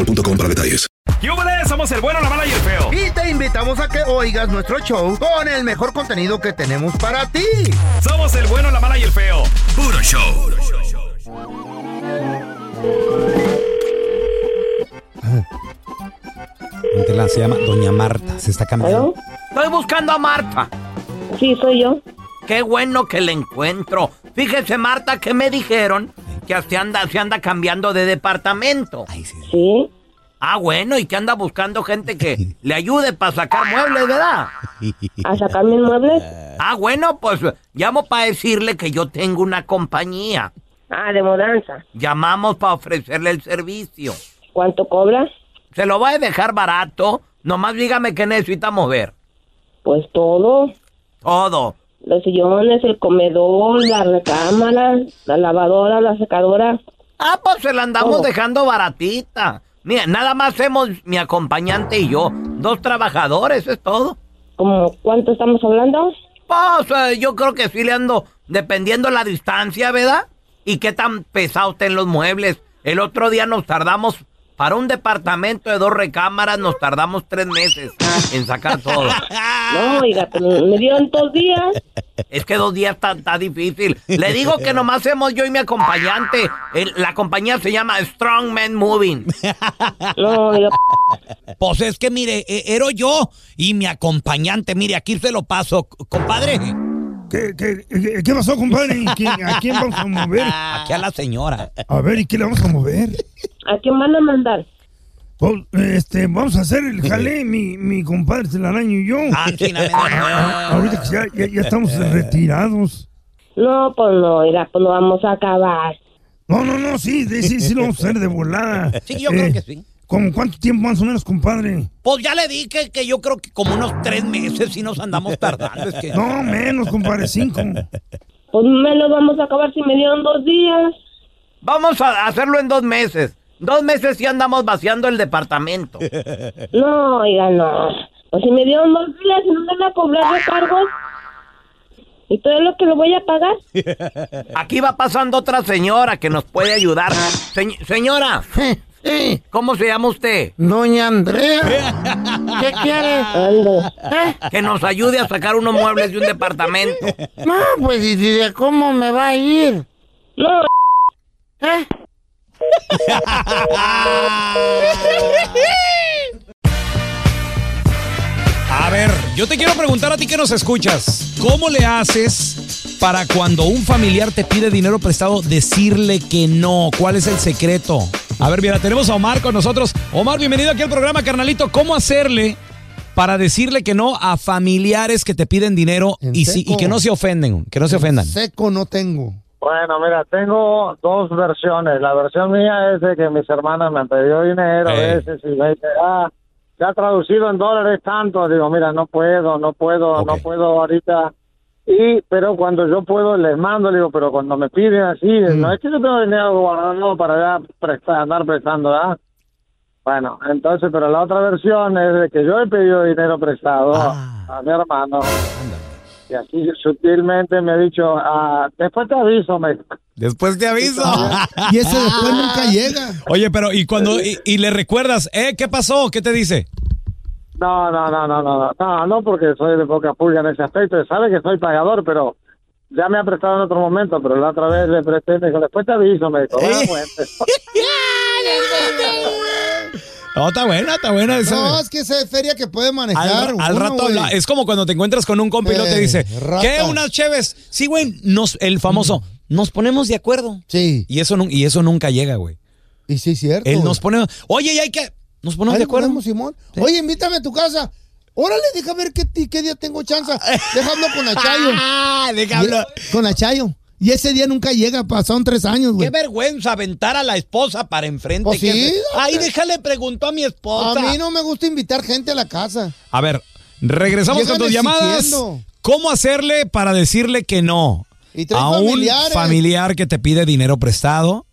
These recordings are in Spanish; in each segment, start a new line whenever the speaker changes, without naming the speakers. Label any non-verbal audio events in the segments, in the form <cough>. punto para detalles.
¡Yúbales! Somos el bueno, la mala y el feo.
Y te invitamos a que oigas nuestro show con el mejor contenido que tenemos para ti.
Somos el bueno, la mala y el feo.
Puro show.
Póntela, se llama Doña Marta. Se está cambiando.
Estoy buscando a Marta.
Sí, soy yo.
Qué bueno que la encuentro. Fíjese, Marta, que me dijeron que se anda, se anda cambiando de departamento.
Sí.
Ah, bueno, y que anda buscando gente que le ayude para sacar muebles, ¿verdad?
¿A sacar mis muebles?
Ah, bueno, pues llamo para decirle que yo tengo una compañía.
Ah, de mudanza.
Llamamos para ofrecerle el servicio.
¿Cuánto cobras?
Se lo voy a dejar barato. Nomás dígame qué necesita mover.
Pues todo.
Todo.
Los sillones, el comedor, la recámara, la lavadora, la secadora.
Ah, pues se la andamos
Todo.
dejando baratita. Mira, nada más hemos mi acompañante y yo. Dos trabajadores, es todo.
¿Cómo cuánto estamos hablando?
Pues eh, yo creo que sí le ando, dependiendo la distancia, ¿verdad? Y qué tan pesado estén los muebles. El otro día nos tardamos, para un departamento de dos recámaras, nos tardamos tres meses en sacar todo. Ah.
No, oiga, pero me dieron dos días.
Es que dos días está, está difícil. Le digo que nomás hemos yo y mi acompañante. El- la compañía se llama Strong Men Moving.
No, oiga,
Pues es que mire, e- ero yo y mi acompañante. Mire, aquí se lo paso, c- compadre.
¿Qué, qué, qué- qué pasó, compadre? ¿Qué- ¿A quién vamos a mover?
Aquí a la señora.
A ver, ¿y qué le vamos a mover?
¿a quién van a mandar?
Pues, este, vamos a hacer el jalé, mi, mi compadre Telaraño y yo.
Aquí la menor.
Ahorita que ya, ya- ya estamos retirados.
No, pues no, oiga, pues lo vamos a acabar.
No, no, no, sí, de- sí, sí lo vamos a hacer de volada.
<laughs> Sí, yo creo que sí.
¿Cómo cuánto tiempo más o menos, compadre?
Pues ya le dije que yo creo que como unos tres meses sí nos andamos tardando. Es
<laughs>
que...
No, menos, compadre, cinco.
Pues me lo vamos a acabar si me dieron dos días.
Vamos a hacerlo en dos meses. Dos meses y andamos vaciando el departamento.
No, oiga, no. Pues si me dieron dos días y no me van a cobrar recargos. ¿Y todo lo que lo voy a pagar?
Aquí va pasando otra señora que nos puede ayudar. Señ- señora,
Sí,
¿cómo se llama usted?
doña Andrea.
<laughs>
¿Qué quieres?
Ande.
¿Eh?
Que nos ayude a sacar unos muebles de un departamento.
No, pues y de cómo me va a ir.
No, <laughs>
¿Eh?
A ver, yo te quiero preguntar a ti que nos escuchas. ¿Cómo le haces para cuando un familiar te pide dinero prestado decirle que no? ¿Cuál es el secreto? A ver, mira, tenemos a Omar con nosotros. Omar, bienvenido aquí al programa, carnalito. ¿Cómo hacerle para decirle que no a familiares que te piden dinero
En
y, sí- y
seco.
que no se ofenden? Que no se ofendan.
Seco no tengo.
Bueno, mira, tengo dos versiones. La versión mía es de que mis hermanas me han pedido dinero a
Ey.
veces y me dice, ah, se ha traducido en dólares tanto. Digo, mira, no puedo, no puedo,
Ok.
no puedo ahorita. Y, pero cuando yo puedo, les mando, le digo, pero cuando me piden así,
Mm.
no es que yo tengo dinero guardado para ya prestar- andar prestando, ¿ah? Bueno, entonces, pero la otra versión es de que yo he pedido dinero prestado a mi hermano. Y así sutilmente me ha dicho, ah, después te "Ah, aviso, me dijo.
Después te aviso.
Y ese después nunca llega.
Oye, pero y cuando y, y le recuerdas, eh, ¿qué pasó? ¿Qué te dice?
No, no, no, no, no, no, no, no, porque soy de poca pulga en ese aspecto. Sabe que soy pagador, pero ya me ha prestado en otro momento, pero la otra vez le presté, me dijo, después te aviso, me dijo, "Ah, bueno".
No, está buena, está buena esa.
No, es que esa es feria que puede
Al,
manejar.
al
uno,
rato
güey.
habla- es como cuando te encuentras con un compa y no te
Eh,
dice,
rata.
¿qué? Unas cheves. Sí, güey, nos, el famoso,
Mm.
nos ponemos de acuerdo. Sí. Y eso, nun- y eso nunca llega, güey.
Y sí, es cierto.
Él nos pone, oye, y hay que, nos ponemos
Ahí
de
nos
acuerdo.
ponemos, Simón. Oye, invítame a tu casa. Órale, deja ver qué, ti- qué día tengo
<laughs>
chance. Déjalo con Achayo.
Ah, deja hablar.
Y- Con Achayo. Y ese día nunca llega, pasaron tres años, güey.
Qué vergüenza aventar a la esposa para enfrente.
Pues
qué-
sí,
Ay, déjale, preguntó a mi
A
esposa.
mí no me gusta invitar gente a la casa.
A ver, regresamos
Llegan
con tus llamadas.
exigiendo.
¿Cómo hacerle para decirle que no
traes
a un
familiares.
familiar que te pide dinero prestado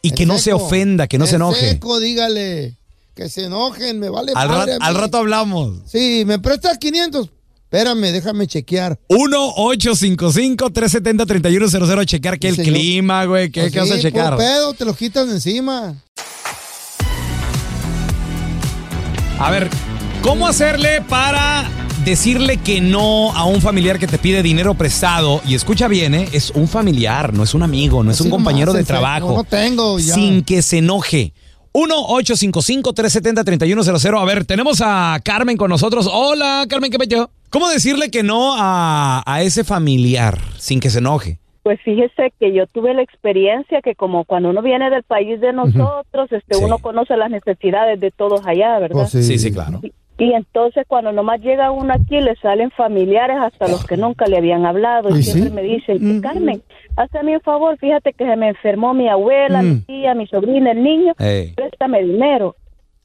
y que no se
seco.
ofenda, que no se
En
enoje?
seco, dígale. Que se enojen, me vale
Al,
madre
ra-
a
al
mí.
rato hablamos.
Sí, me prestas 500. Espérame, déjame chequear.
1-855-370-3100 a checar que el
señor.
clima, güey, que,
Pues
vas a
sí,
checar.
puro pedo, te lo quitas de encima.
A ver, ¿cómo hacerle para decirle que no a un familiar que te pide dinero prestado? Y escucha bien, ¿eh? es un familiar, no es un amigo, no es un
Así
compañero
nomás,
de
en seco,
trabajo.
no tengo, ya.
Sin que se enoje. 1-855-370-3100. A ver, tenemos a Carmen con nosotros. Hola, Carmen, ¿qué pecho? ¿Cómo decirle que no a, a ese familiar sin que se enoje?
Pues fíjese que yo tuve la experiencia que como cuando uno viene del país de nosotros, este, uno conoce las necesidades de todos allá, ¿verdad?
Oh,
sí, sí, claro.
Y entonces cuando nomás llega uno aquí le salen familiares hasta los que nunca le habían hablado y
¿Y
siempre
sí?
me dicen, Carmen, hazme un favor, fíjate que se me enfermó mi abuela, mi
Mm.
tía, mi sobrina, el niño,
Ey.
préstame dinero.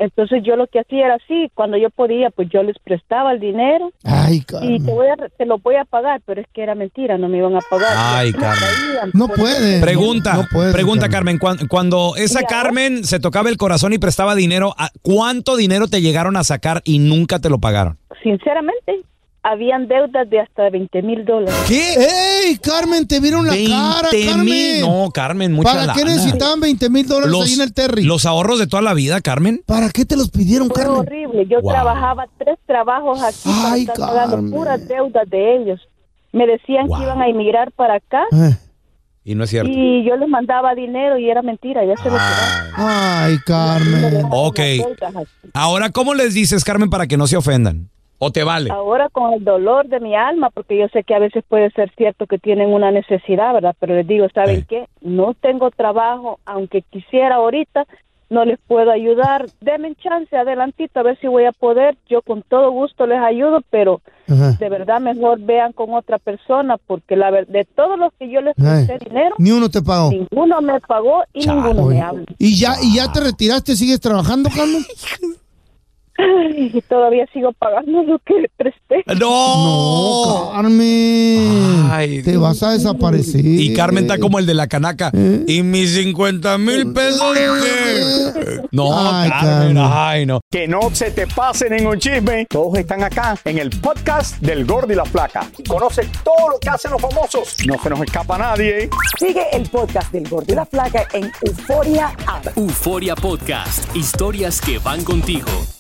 Entonces yo lo que hacía era así, cuando yo podía, pues yo les prestaba el dinero y te, voy a, te lo voy a pagar, pero es que era mentira, no me iban a pagar.
Ay, Carmen.
No puede.
Pregunta,
No puede,
pregunta Carmen, cuan- cuando esa Carmen se tocaba el corazón y prestaba dinero, ¿a ¿cuánto dinero te llegaron a sacar y nunca te lo pagaron?
Sinceramente, habían deudas de hasta 20 mil dólares.
¿Qué?
¡Ey, Carmen, te vieron la cara, Carmen!
mil, no, Carmen, mucha
¿Para qué
lana.
necesitaban 20 mil dólares ahí en el Terry?
los ahorros de toda la vida, Carmen.
¿Para qué te los pidieron,
Fue
Carmen?
horrible. Yo
Wow.
trabajaba tres trabajos aquí para
Ay,
estar pagando
Carmen.
puras deudas de ellos. Me decían que iban a emigrar para acá
Ah.
Y no es cierto.
y yo les mandaba dinero y era mentira, ya se lo quedaron.
Ah. Ay, Carmen.
Ok. Ahora, ¿cómo les dices, Carmen, para que no se ofendan? ¿O te vale?
Ahora con el dolor de mi alma, porque yo sé que a veces puede ser cierto que tienen una necesidad, ¿verdad? Pero les digo,
Eh.
¿saben qué? No tengo trabajo, aunque quisiera ahorita, no les puedo ayudar. Denme chance adelantito, a ver si voy a poder. Yo con todo gusto les ayudo, pero
Ajá.
de verdad mejor vean con otra persona, porque la verdad, de todos los que yo les presté
Ay,
dinero,
Eh. Ni uno te pagó.
ninguno me pagó y
Chale.
ninguno me habla.
¿Y ya, ¿Y ya te retiraste? ¿Sigues trabajando, Carmen?
Ay, y todavía sigo pagando lo que le presté.
No, Carmen. te vas a desaparecer. ¿Eh?
Y Carmen está como el de la canaca. ¿Y mis 50 mil pesos de qué? No, Carmen, ay, no.
Que no se te pase ningún chisme. Todos están acá en el podcast del Gordi y la Flaca. Conoce todo lo que hacen los famosos. No se nos escapa nadie.
Sigue el podcast del Gordo y la Flaca en Euforia App.
Euforia Podcast. Historias que van contigo.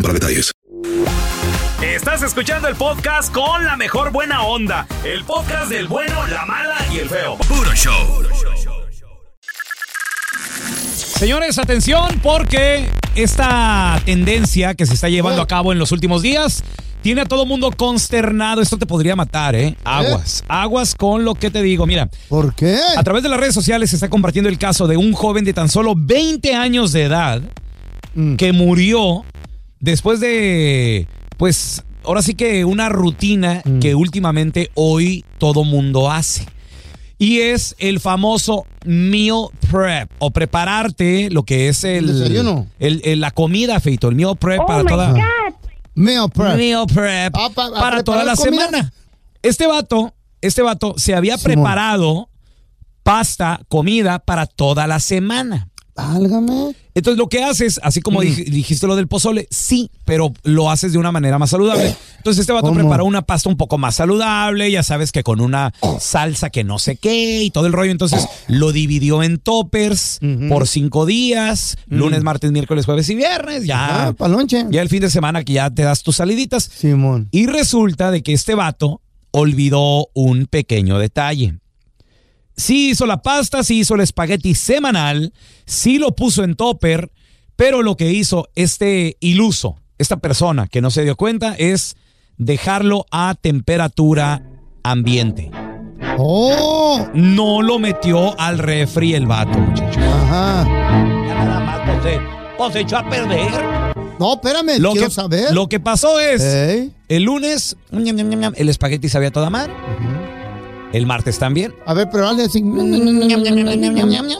para detalles.
Estás escuchando el podcast con la mejor buena onda. El podcast del bueno, la mala y el feo. Puro show.
Señores, atención porque esta tendencia que se está llevando a cabo en los últimos días tiene a todo mundo consternado. Esto te podría matar, ¿eh? Aguas. Aguas con lo que te digo. Mira.
<laughs> ¿Por qué?
A través de las redes sociales se está compartiendo el caso de un joven de tan solo 20 años de edad
Mm.
que murió después de, pues, ahora sí que una rutina
Mm.
que últimamente hoy todo mundo hace. Y es el famoso meal prep o prepararte lo que es
Mm.
el,
desayuno?
el- el- la comida, Feito, el meal
Oh
prep para toda
Meal prep. Ah,
Meal prep para toda la semana. Este vato, este vato se había preparado pasta, comida para toda la semana.
Válgame.
Entonces lo que haces, así como dij- dijiste lo del pozole, sí, pero lo haces de una manera más saludable. Entonces este vato preparó una pasta un poco más saludable, ya sabes que con una salsa que no sé qué y todo el rollo. Entonces lo dividió en toppers por cinco días, lunes, martes, miércoles, jueves y viernes. Ya,
Ah, palonche.
ya el fin de semana que ya te das tus saliditas.
Simón.
Y resulta de que este vato olvidó un pequeño detalle. Sí hizo la pasta, sí hizo el espagueti semanal, sí lo puso en topper, pero lo que hizo este iluso, esta persona que no se dio cuenta, es dejarlo a temperatura ambiente.
¡Oh!
No lo metió al refri el vato, muchachos. Pues se echó a perder. Eh.
No, espérame,
Lo
quiero
que,
saber.
lo que pasó es, el lunes, ñam, ñam, ñam, ñam, el espagueti sabía a toda madre. El martes también.
A ver, pero hazle así. ¿Estás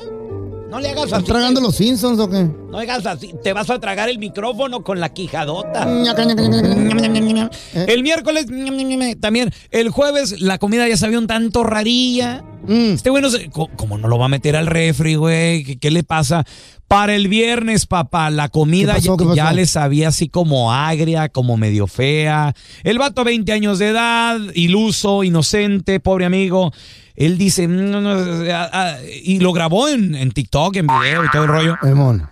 No le hagas
tragando los Simpsons o qué?
No hagas así, te vas a tragar el micrófono con la quijadota.
Ñaca, ñaca, ñaca, ñaca, ñaca, ñaca.
El miércoles ñam, ñam, ñam, también. El jueves la comida ya sabía un tanto rarilla.
Mm.
Este güey no sé, co- como no lo va a meter al refri, güey, ¿qué, qué le pasa? Para el viernes, papá, la comida
¿Qué pasó?
ya,
¿Qué pasó?
ya le sabía así como agria, como medio fea. El vato, 20 años de edad, iluso, inocente, pobre amigo. Él dice, "Mm, no, no", ah, ah, y lo grabó en, en TikTok, en video y todo el rollo
Simón.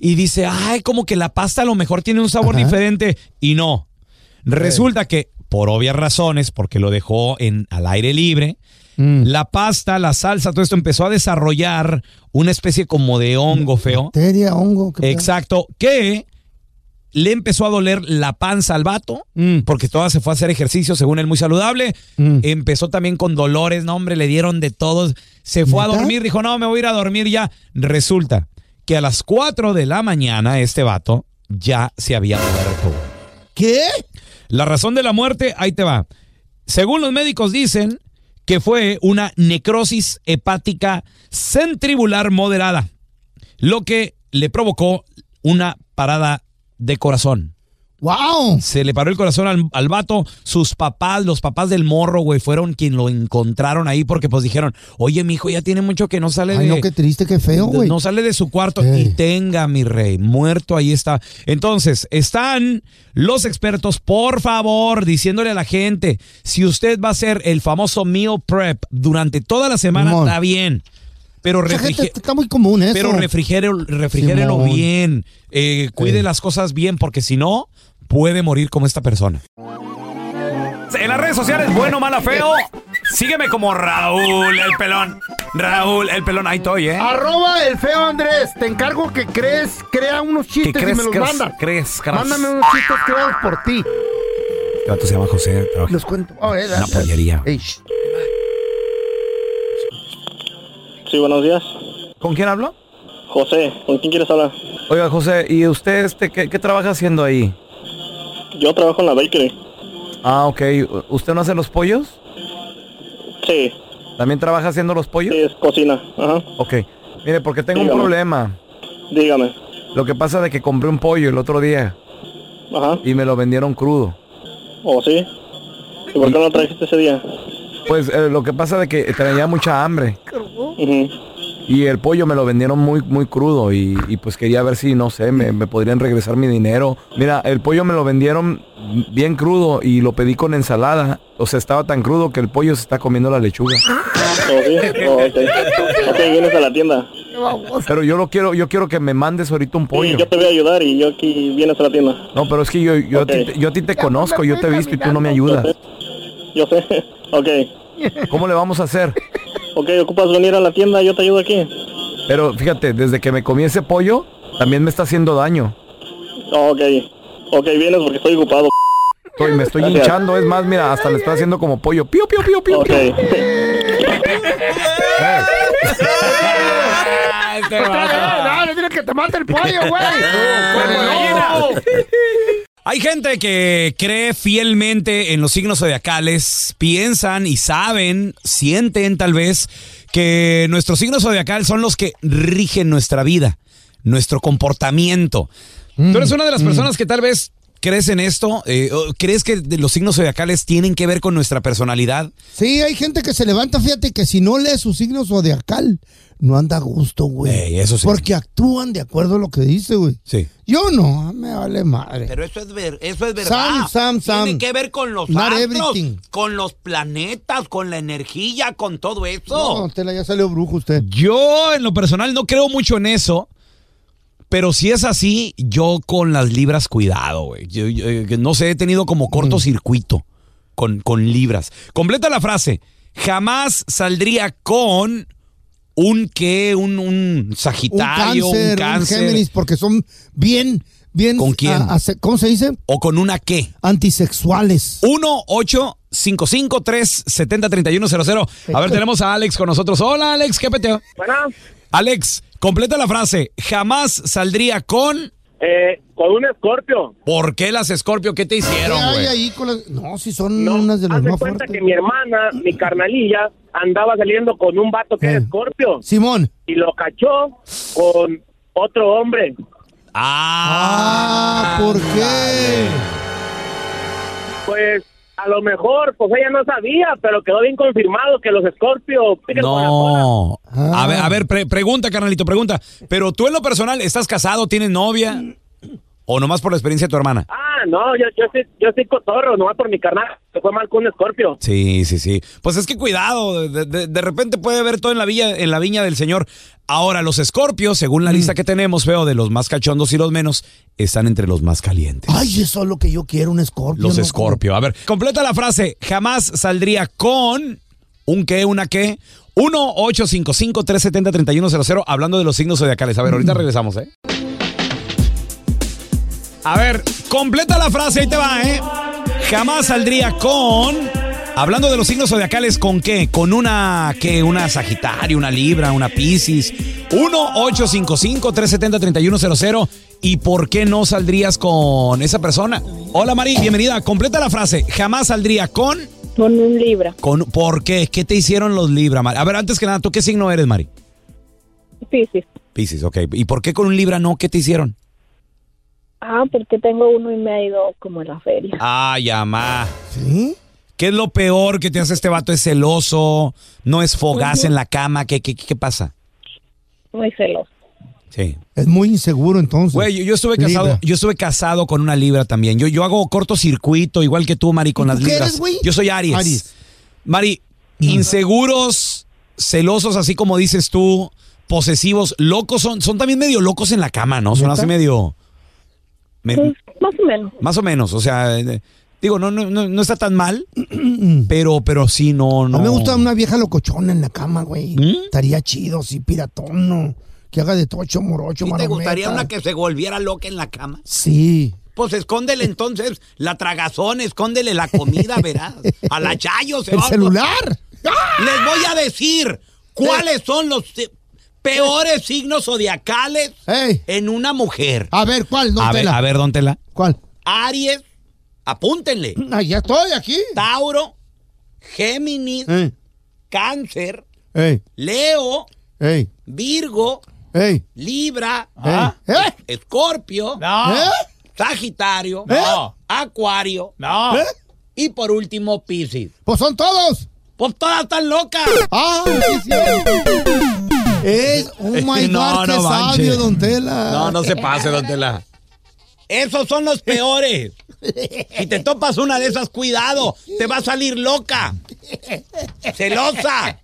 y dice, ay, como que la pasta a lo mejor tiene un sabor diferente. Y no. Resulta que, por obvias razones, porque lo dejó en, al aire libre, la pasta, la salsa, todo esto empezó a desarrollar una especie como de hongo feo.
Bacteria, hongo. Oh, ¿qué pedo?
Exacto. Que le empezó a doler la panza al vato,
Mm.
porque toda se fue a hacer ejercicio, según él, muy saludable. Empezó también con dolores, no, hombre, le dieron de todos. Se fue a
¿Neta?
dormir, dijo, no, me voy a ir a dormir ya. Resulta que a las 4 de la mañana este vato ya se había muerto.
¿Qué?
La razón de la muerte, ahí te va. Según los médicos dicen que fue una necrosis hepática centribular moderada, lo que le provocó una parada de corazón.
¡Wow!
Se le paró el corazón al, al vato. Sus papás, los papás del morro, güey, fueron quien lo encontraron ahí porque pues dijeron, oye, mi hijo ya tiene mucho que no sale
Ay,
de...
no, qué triste, qué feo,
No-
güey.
No sale de su cuarto y tenga, mi rey, muerto, ahí está. Entonces, están los expertos, por favor, diciéndole a la gente, si usted va a hacer el famoso meal prep durante toda la semana,
Simón.
está bien. Pero,
Mucha
refrige-
gente está muy común eso.
pero refrigere, refrigérelo
Simón.
bien, eh, cuide las cosas bien, porque si no, puede morir como esta persona.
En las redes sociales, bueno, mala, feo. Sígueme como Raúl el pelón. Raúl el pelón, ahí estoy, ¿eh?
Arroba el feo Andrés, te encargo que crees, crea unos
Que
chistes y me los
crezcas,
manda.
crezcas.
Mándame unos chistes creados por ti.
Este vato se llama José. trabaja
Los cuento. Oh, eh,
en Una pollería.
Ey,
Sí, buenos días.
¿Con quién hablo?
José, ¿con quién quieres hablar?
Oiga, José, ¿y usted este, qué, qué trabaja haciendo ahí?
Yo trabajo en la bakery.
Ah, ok. U- ¿Usted no hace los pollos?
Sí,
¿También trabaja haciendo los pollos?
sí, es cocina. Ajá.
Ok. Mire, porque tengo un
Dígame.
problema.
Dígame.
Lo que pasa es de que compré un pollo el otro día
Ajá.
y me lo vendieron crudo.
¿O sí? ¿Y por qué no lo trajiste ese día?
Pues eh, lo que pasa es que tenía mucha hambre
Ujú.
y el pollo me lo vendieron muy, muy crudo y, y, pues quería ver si, no sé, me, me podrían regresar mi dinero. Mira, el pollo me lo vendieron bien crudo y lo pedí con ensalada. O sea, estaba tan crudo que el pollo se está comiendo la lechuga.
¿O sí? Oh, ok. Ok, vienes a la tienda.
Pero yo lo quiero, yo quiero que me mandes ahorita un
Sí,
pollo.
yo te voy a ayudar y yo aquí vienes a la tienda.
No, pero es que yo, yo, a ti te- yo a ti te conozco, yo te he visto y tú no me ayudas.
Yo sé. Ok.
¿Cómo le vamos a hacer?
Ok, ocupas venir a la tienda, yo te ayudo aquí.
Pero fíjate, desde que me comí ese pollo, también me está haciendo daño.
Oh, ok. Ok, vienes porque estoy ocupado.
Estoy- me estoy
Gracias.
hinchando, es más, mira, hasta le estoy haciendo como pollo. Piu, piu, piu, piu, piu.
Otra vez, Pues, eh, No, no tienes que te mate el pollo,
<laughs>
Pues,
Ah,
güey.
Hay gente que cree fielmente en los signos zodiacales, piensan y saben, sienten tal vez que nuestros signos zodiacal son los que rigen nuestra vida, nuestro comportamiento.
Mm,
Tú eres una de las personas que tal vez crees en esto, eh, o crees que de- los signos zodiacales tienen que ver con nuestra personalidad.
Sí, hay gente que se levanta, fíjate, que si no lee su signo zodiacal, no anda a gusto, güey.
eso sí.
Porque actúan de acuerdo a lo que dice, güey.
Sí.
Yo no, ah, me vale madre.
Pero eso es, ver, eso es verdad.
Sam, Sam, Sam.
Tiene que ver con los
Not
astros,
everything.
con los planetas, con la energía, con todo eso.
No, Tela, ya salió brujo usted.
Yo en lo personal no creo mucho en eso. Pero si es así, yo con las libras, cuidado, güey. Yo- yo- eh, no sé, he tenido
Mm.
como cortocircuito con, con libras. Completa la frase. Jamás saldría con un qué, un, un
Un
sagitario,
cáncer, un Géminis, porque son bien, bien.
¿Con quién?
a- ace- ¿Cómo se dice?
o con una qué.
Antisexuales.
1 8 553 70 31 00. A ver, tenemos a Alex con nosotros. Hola, Alex, ¿qué peteo?
Bueno.
Alex, completa la frase. Jamás saldría con.
Eh, con un escorpio.
¿Por qué las escorpio? ¿Qué te hicieron,
¿Qué hay
güey?
ahí con las- No, si son Mm, unas de las
Haz de
más
cuenta
fuertes.
que mi hermana, mi carnalilla, andaba saliendo con un vato que
Eh.
era escorpio.
Simón.
Y lo cachó con otro hombre.
Ah,
¿por qué?
Pues a lo mejor, pues ella no sabía, pero quedó bien confirmado que los escorpios...
No. A
Ah.
ver, a ver pre- pregunta, carnalito, pregunta. Pero tú en lo personal, ¿estás casado? ¿Tienes novia? ¿O nomás por la experiencia de tu hermana?
Ah, no, yo, yo, soy, yo soy cotorro, nomás por mi carnal. Se fue mal con un escorpio.
Sí, sí, sí. Pues es que cuidado, de, de- de repente puede ver todo en la villa, en la viña del señor. Ahora, los escorpios, según
Mm.
la lista que tenemos, veo de los más cachondos y los menos, están entre los más calientes.
Ay, eso es lo que yo quiero, un escorpio.
Los
¿no?
escorpio. A ver, completa la frase. Jamás saldría con un qué, una qué. 1-855-370-3100, hablando de los signos zodiacales. A ver,
Mm.
ahorita regresamos, ¿eh? A ver, completa la frase, ahí te va, ¿eh? Jamás saldría con... Hablando de los signos zodiacales, ¿con qué? Con una, ¿qué? Una Sagitario, una Libra, una Piscis. 1-855-370-3100. ¿Y por qué no saldrías con esa persona? Hola, Mari, bienvenida. Completa la frase. Jamás saldría con...
Con un Libra.
con ¿Por qué? ¿Qué te hicieron los Libra, Mari? A ver, antes que nada, ¿tú qué signo eres, Mari?
Piscis.
Piscis, ok. ¿Y por qué con un Libra no? ¿Qué te hicieron?
Ah, porque tengo uno y me ha ido como en la feria.
Ay, amá. ¿Qué es lo peor que te hace este vato? ¿Es celoso? ¿No es fogaz en la cama? ¿Qué, qué, qué pasa?
Muy celoso.
Sí.
Es muy inseguro entonces.
Güey, yo, yo estuve
Libra.
casado, yo estuve casado con una libra también. Yo, yo hago cortocircuito, igual que tú, Mari, con las
qué
libras.
eres, güey?
yo soy Aries.
Aries.
Mari, inseguros, celosos, así como dices tú, posesivos, locos son, son también medio locos en la cama, ¿no? Son así medio. me-
Pues, Más o menos.
más o menos, o sea, eh, digo, no, no, no, no está tan
<clears throat>
mal, pero, pero sí, no, no. ¿Mm?
A mí me gusta una vieja locochona en la cama, güey. Estaría chido, sí, piratón, no. Que haga de tocho, morocho,
¿Y te
marometa.
gustaría una que se volviera loca en la cama?
Sí.
Pues escóndele entonces la tragazón, escóndele la comida, verás. A la Chayo se
El
va a-
celular.
Les voy a decir cuáles son los eh, peores signos zodiacales en una mujer.
A ver, ¿cuál?
a ver, a ver, don Tela.
¿Cuál? <clears throat>
Aries, apúntenle.
ya estoy aquí.
Tauro, Géminis,
Ey,
Cáncer,
ey,
Leo,
ey,
Virgo,
ey.
Libra, ah,
¿Eh?
Escorpio,
¿Eh?
Sagitario, no, Acuario, ¿Eh? no. Y por último, Piscis.
Pues son todos.
Pues todas están locas.
Ah, sí, sí. Es, oh
<laughs>
my
No,
God,
no
qué sabio,
manches.
don Tela.
No, no se pase, don Tela. Esos son los peores. Si te topas una de esas, cuidado, te va a salir loca, celosa.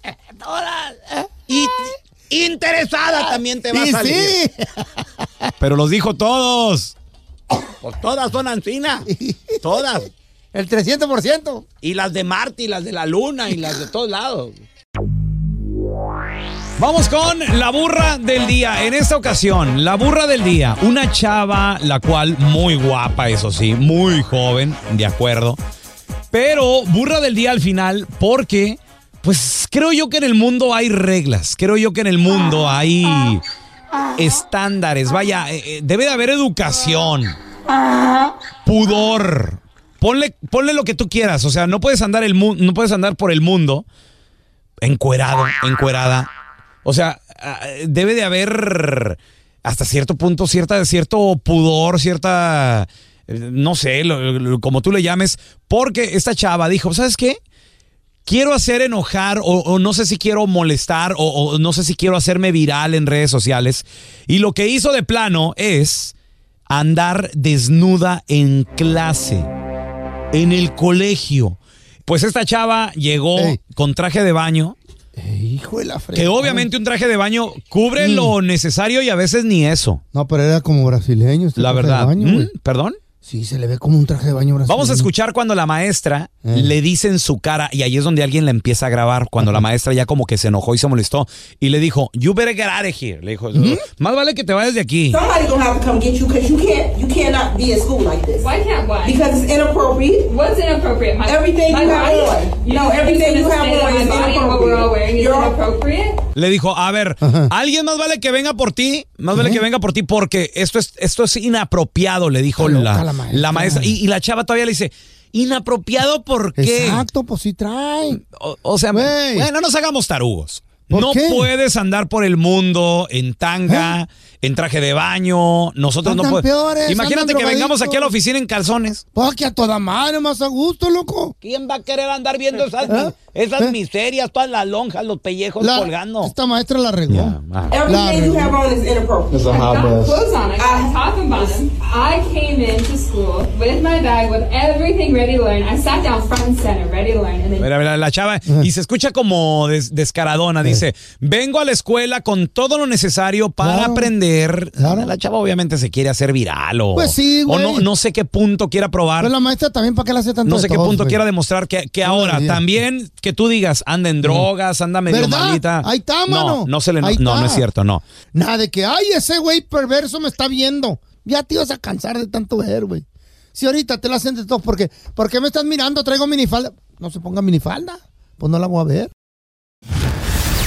Y interesada también te va a
Y
salir.
sí.
Pero los dijo todos.
Pues todas son ancina. Todas.
El 300%.
Y las de Marte, y las de la Luna, y las de todos lados.
Vamos con la burra del día. En esta ocasión, la burra del día. Una chava, la cual muy guapa, eso sí, muy joven, de acuerdo. Pero burra del día al final porque, pues creo yo que en el mundo hay reglas. Creo yo que en el mundo hay estándares. Vaya, eh, eh, debe de haber educación. pudor. Ponle, ponle lo que tú quieras. O sea, no puedes andar el mu- no puedes andar por el mundo encuerado, encuerada. O sea, ah, debe de haber hasta cierto punto cierta, cierto pudor, cierta, eh, no sé, lo- lo- como tú le llames, porque esta chava dijo, ¿sabes qué? quiero hacer enojar o, o no sé si quiero molestar o, o no sé si quiero hacerme viral en redes sociales. Y lo que hizo de plano es andar desnuda en clase, en el colegio. Pues esta chava llegó con traje de baño,
Hijo de la fregada.
que obviamente un traje de baño cubre
Mm.
lo necesario y a veces ni eso.
No, pero era como brasileño. este
La
traje de
verdad.
baño,
¿Mm?
güey.
¿Perdón?
Sí, se le ve como un traje de baño brasileño.
Vamos a escuchar cuando la maestra
Eh.
le dice en su cara, y ahí es donde alguien la empieza a grabar, cuando la maestra ya como que se enojó y se molestó, y le dijo, You better get out of here. Le dijo,
¿Mm?
más vale que te vayas de aquí.
Somebody gonna have to come get you because you can't you cannot be in school like this. Why can't why? Because it's inappropriate. What's inappropriate?
My-
everything
my
you have
body.
on.
You
No,
think
everything
it's
you
gonna
have
stay on
on
my
is
body and what we're all wearing
inappropriate.
is
You're-
Le dijo, a ver, alguien más vale que venga por ti, más vale que venga por ti porque esto es, esto es inapropiado, le dijo la, la maestra. Y, y la chava todavía le dice, inapropiado por qué?
Exacto, pues sí trae.
O, o sea, güey, no nos hagamos tarugos.
¿Por
No
qué?
puedes andar por el mundo en tanga, en traje de baño. Nosotros no
Andan
podemos.
¿Eh? peores,
Imagínate
andan
que vengamos
drogaditos.
aquí a la oficina en calzones.
Pues que a toda madre, más a gusto, loco.
¿Quién va a querer andar viendo esas, mi- esas miserias, todas las lonjas, los pellejos
¿Eh? La-
colgando?
Esta maestra la regó.
Ah,
La
Everything you
regó.
have on is inappropriate.
It's a hot
I got
mess.
clothes on.
I got top and bottom. I came into school with my bag, with everything ready to learn. I sat down front and center, ready to learn. And then
Mira, mira, la chava,
Ah.
y se escucha como des- descaradona,
Eh.
dice, vengo a la escuela con todo lo necesario para aprender. La chava obviamente se quiere hacer viral o,
Pues sí,
o
güey.
no, no sé qué punto quiera probar.
Pero la maestra también, ¿para qué la hace tanto
No
de
sé qué
todos,
punto
güey?
quiera demostrar que, que ahora
idea.
también que tú digas anda en drogas, anda medio
¿Verdad?
malita.
Ahí
No,
está, mano.
no se le no,
Ahí
no, no es
está.
cierto, no.
Nada de que, ay, ese güey perverso me está viendo. Ya te ibas a cansar de tanto ver, güey. Si ahorita te la hacen de todo, porque ¿por qué me estás mirando? Traigo minifalda. No se ponga minifalda, pues no la voy a ver.